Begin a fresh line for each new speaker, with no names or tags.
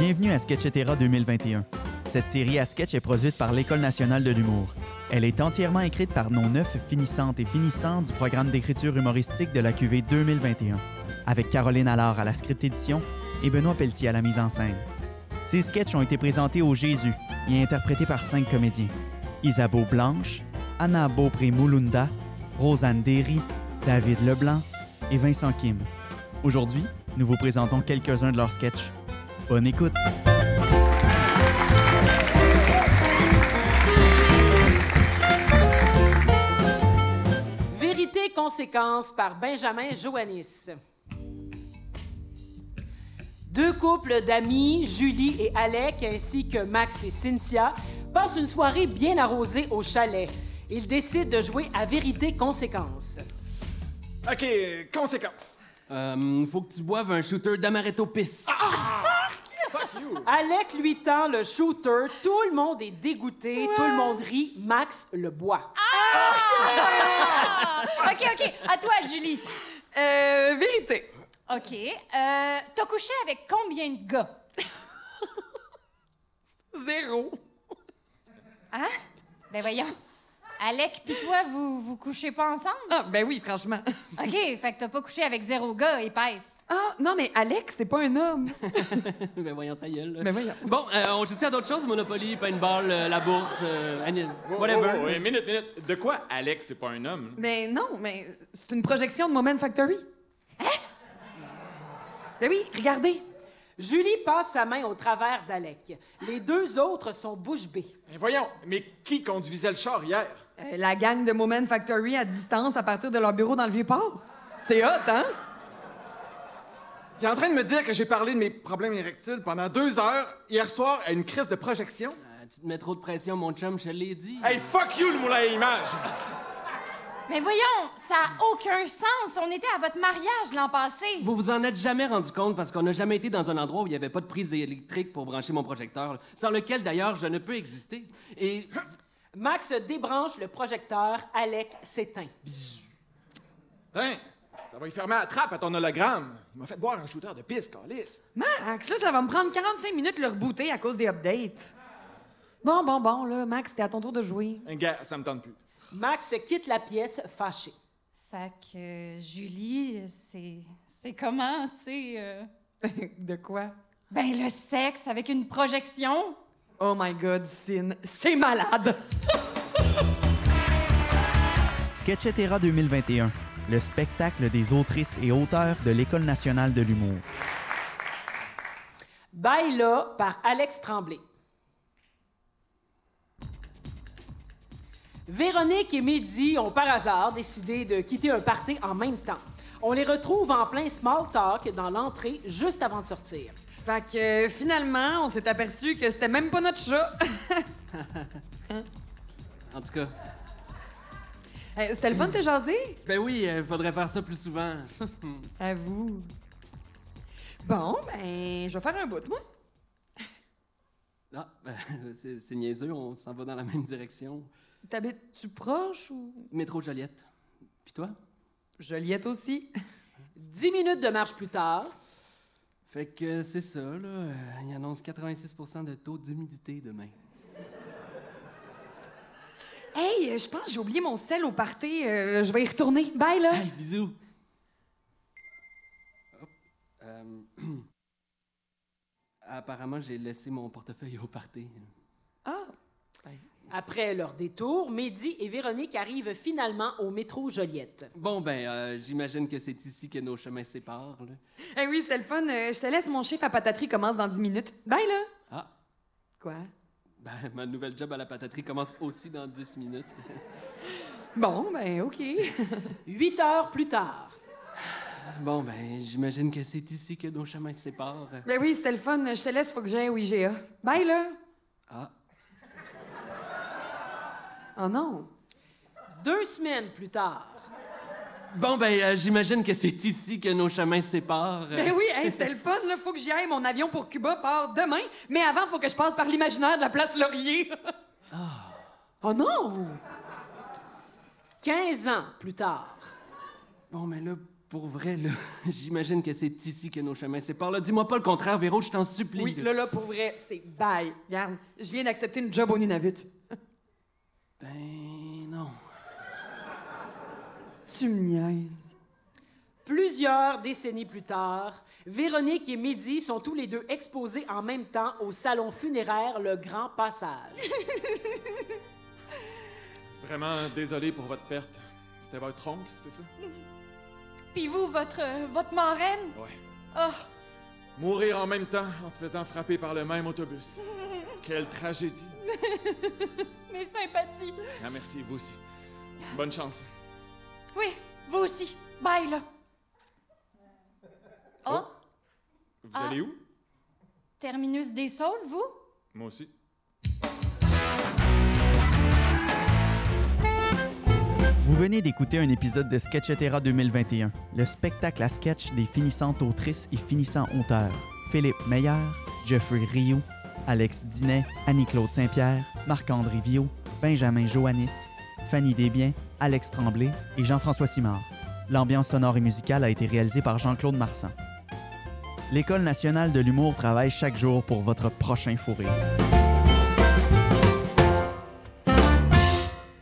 Bienvenue à Sketchetera 2021. Cette série à sketch est produite par l'École nationale de l'humour. Elle est entièrement écrite par nos neuf finissantes et finissants du programme d'écriture humoristique de la QV 2021, avec Caroline Allard à la script édition et Benoît Pelletier à la mise en scène. Ces sketchs ont été présentés au Jésus et interprétés par cinq comédiens. Isabeau Blanche, Anna Beaupré-Moulunda, Rosanne Derry, David Leblanc et Vincent Kim. Aujourd'hui, nous vous présentons quelques-uns de leurs sketchs. Bonne écoute!
Vérité conséquence par Benjamin Joannis. Deux couples d'amis, Julie et Alec, ainsi que Max et Cynthia, passent une soirée bien arrosée au chalet. Ils décident de jouer à Vérité conséquence.
OK, conséquence.
Euh, faut que tu boives un shooter d'amaretto pisse.
Ah!
Alec lui tend le shooter, tout le monde est dégoûté, tout le monde rit, Max le boit.
OK, OK, à toi, Julie.
Euh, vérité.
OK. Euh, T'as couché avec combien de gars?
Zéro.
Hein? Ben voyons. Alec pis toi, vous vous couchez pas ensemble?
Ah, ben oui, franchement.
OK, fait que t'as pas couché avec zéro gars, épaisse.
Ah, non, mais Alex, c'est pas un homme.
ben voyons ta gueule. là.
Ben voyons.
Bon, euh, on joue-tu à d'autres choses? Monopoly, paintball, euh, la bourse, euh, Anil- whatever.
Oh, oh, oh, minute, minute. De quoi Alex, c'est pas un homme?
Mais non, mais c'est une projection de Moment Factory. Hein? Ben oui, regardez.
Julie passe sa main au travers d'Alec. Les deux autres sont bouche bée.
Mais Eh, voyons, mais qui conduisait le char hier?
Euh, la gang de Moment Factory à distance à partir de leur bureau dans le Vieux-Port. C'est hot, hein?
T'es en train de me dire que j'ai parlé de mes problèmes érectiles pendant deux heures hier soir à une crise de projection?
Euh, tu te mets trop de pression, mon chum, je te l'ai dit.
Hey, fuck you, le moulin à images!
Mais voyons, ça a aucun sens. On était à votre mariage l'an passé.
Vous vous en êtes jamais rendu compte parce qu'on n'a jamais été dans un endroit où il n'y avait pas de prise électrique pour brancher mon projecteur, là, sans lequel d'ailleurs je ne peux exister. Et
Max débranche le projecteur, Alec s'éteint.
Tiens, ça va y fermer la trappe à ton hologramme. Il m'a fait boire un shooter de pisse, Calis.
Max, là, ça va me prendre 45 minutes de le rebooter à cause des updates. Bon, bon, bon, là, Max, c'était à ton tour de jouer.
Un gars, ça me tente plus.
Max quitte la pièce fâché.
Fait que euh, Julie, c'est. C'est comment, tu sais? euh?
de quoi?
Ben, le sexe avec une projection.
Oh my God, Sin, c'est malade!
Sketchetera 2021, le spectacle des autrices et auteurs de l'École nationale de l'humour.
Baila par Alex Tremblay. Véronique et Mehdi ont par hasard décidé de quitter un party en même temps. On les retrouve en plein small talk dans l'entrée juste avant de sortir.
Fait que euh, finalement, on s'est aperçu que c'était même pas notre chat.
en tout cas,
Euh, c'était le fun de te jaser?
ben oui, euh, faudrait faire ça plus souvent.
À vous. Bon, ben, je vais faire un bout, moi.
ah, ben, c'est c'est niaiseux, on s'en va dans la même direction.
T'habites-tu proche ou.
Métro Joliette. Puis toi?
Joliette aussi.
Dix minutes de marche plus tard,
Fait que c'est ça, là. Euh, Il annonce 86 de taux d'humidité demain.
Hey, euh, je pense que j'ai oublié mon sel au party. euh, je vais y retourner. Bye, là.
Hey, bisous! Hop. Euh, Apparemment, j'ai laissé mon portefeuille au party.
Ah,
après leur détour, Mehdi et Véronique arrivent finalement au métro Joliette.
Bon, ben, euh, j'imagine que c'est ici que nos chemins se séparent, là.
Eh oui, c'était le fun. Euh, je te laisse, mon chiffre à pataterie commence dans 10 minutes. Bye, là!
Ah!
Quoi?
Ben, ma nouvelle job à la pataterie commence aussi dans 10 minutes.
Bon, ben, OK.
Huit heures plus tard,
bon, ben, j'imagine que c'est ici que nos chemins se séparent.
ben oui, c'était le fun. Je te laisse, faut que j'aille au IGA. Bye, là!
Ah!
Oh non!
deux semaines plus tard,
Bon, ben, euh, j'imagine que c'est ici que nos chemins se séparent.
Ben oui, hey, c'était le fun, là. Faut que j'y aille. Mon avion pour Cuba part demain. Mais avant, faut que je passe par l'imaginaire de la place Laurier. Oh non!
15 ans plus tard,
Bon, mais là, Pour vrai, là, j'imagine que c'est ici que nos chemins séparent. là. Dis-moi pas le contraire, Véro, je t'en supplie.
Oui,
là.
là, là, pour vrai, c'est bye. Regarde, je viens d'accepter une job au Nunavut.
Ben non.
Tu me niaises.
Plusieurs décennies plus tard, Véronique et Mehdi sont tous les deux exposés en même temps au salon funéraire Le Grand Passage.
Vraiment désolé pour votre perte. C'était votre oncle, c'est ça?
Puis vous, votre, euh, votre marraine?
Ouais.
Oh,
Mourir en même temps en se faisant frapper par le même autobus. Quelle tragédie.
mes sympathies.
Ah, merci, vous aussi. Bonne chance.
Oui, vous aussi. Bye, là. Oh,
Vous
Ah.
allez où?
terminus des saules, vous?
Moi aussi.
Vous venez d'écouter un épisode de Sketchetera 2021, le spectacle à sketch des finissantes autrices et finissants auteurs. Philippe Meyer, Jeffrey Rioux, Alex Dinet, Annie-Claude Saint-Pierre, Marc-André Viau, Benjamin Joannis, Fanny Desbiens, Alex Tremblay et Jean-François Simard. L'ambiance sonore et musicale a été réalisée par Jean-Claude Marsan. L'École nationale de l'humour travaille chaque jour pour votre prochain fou rire.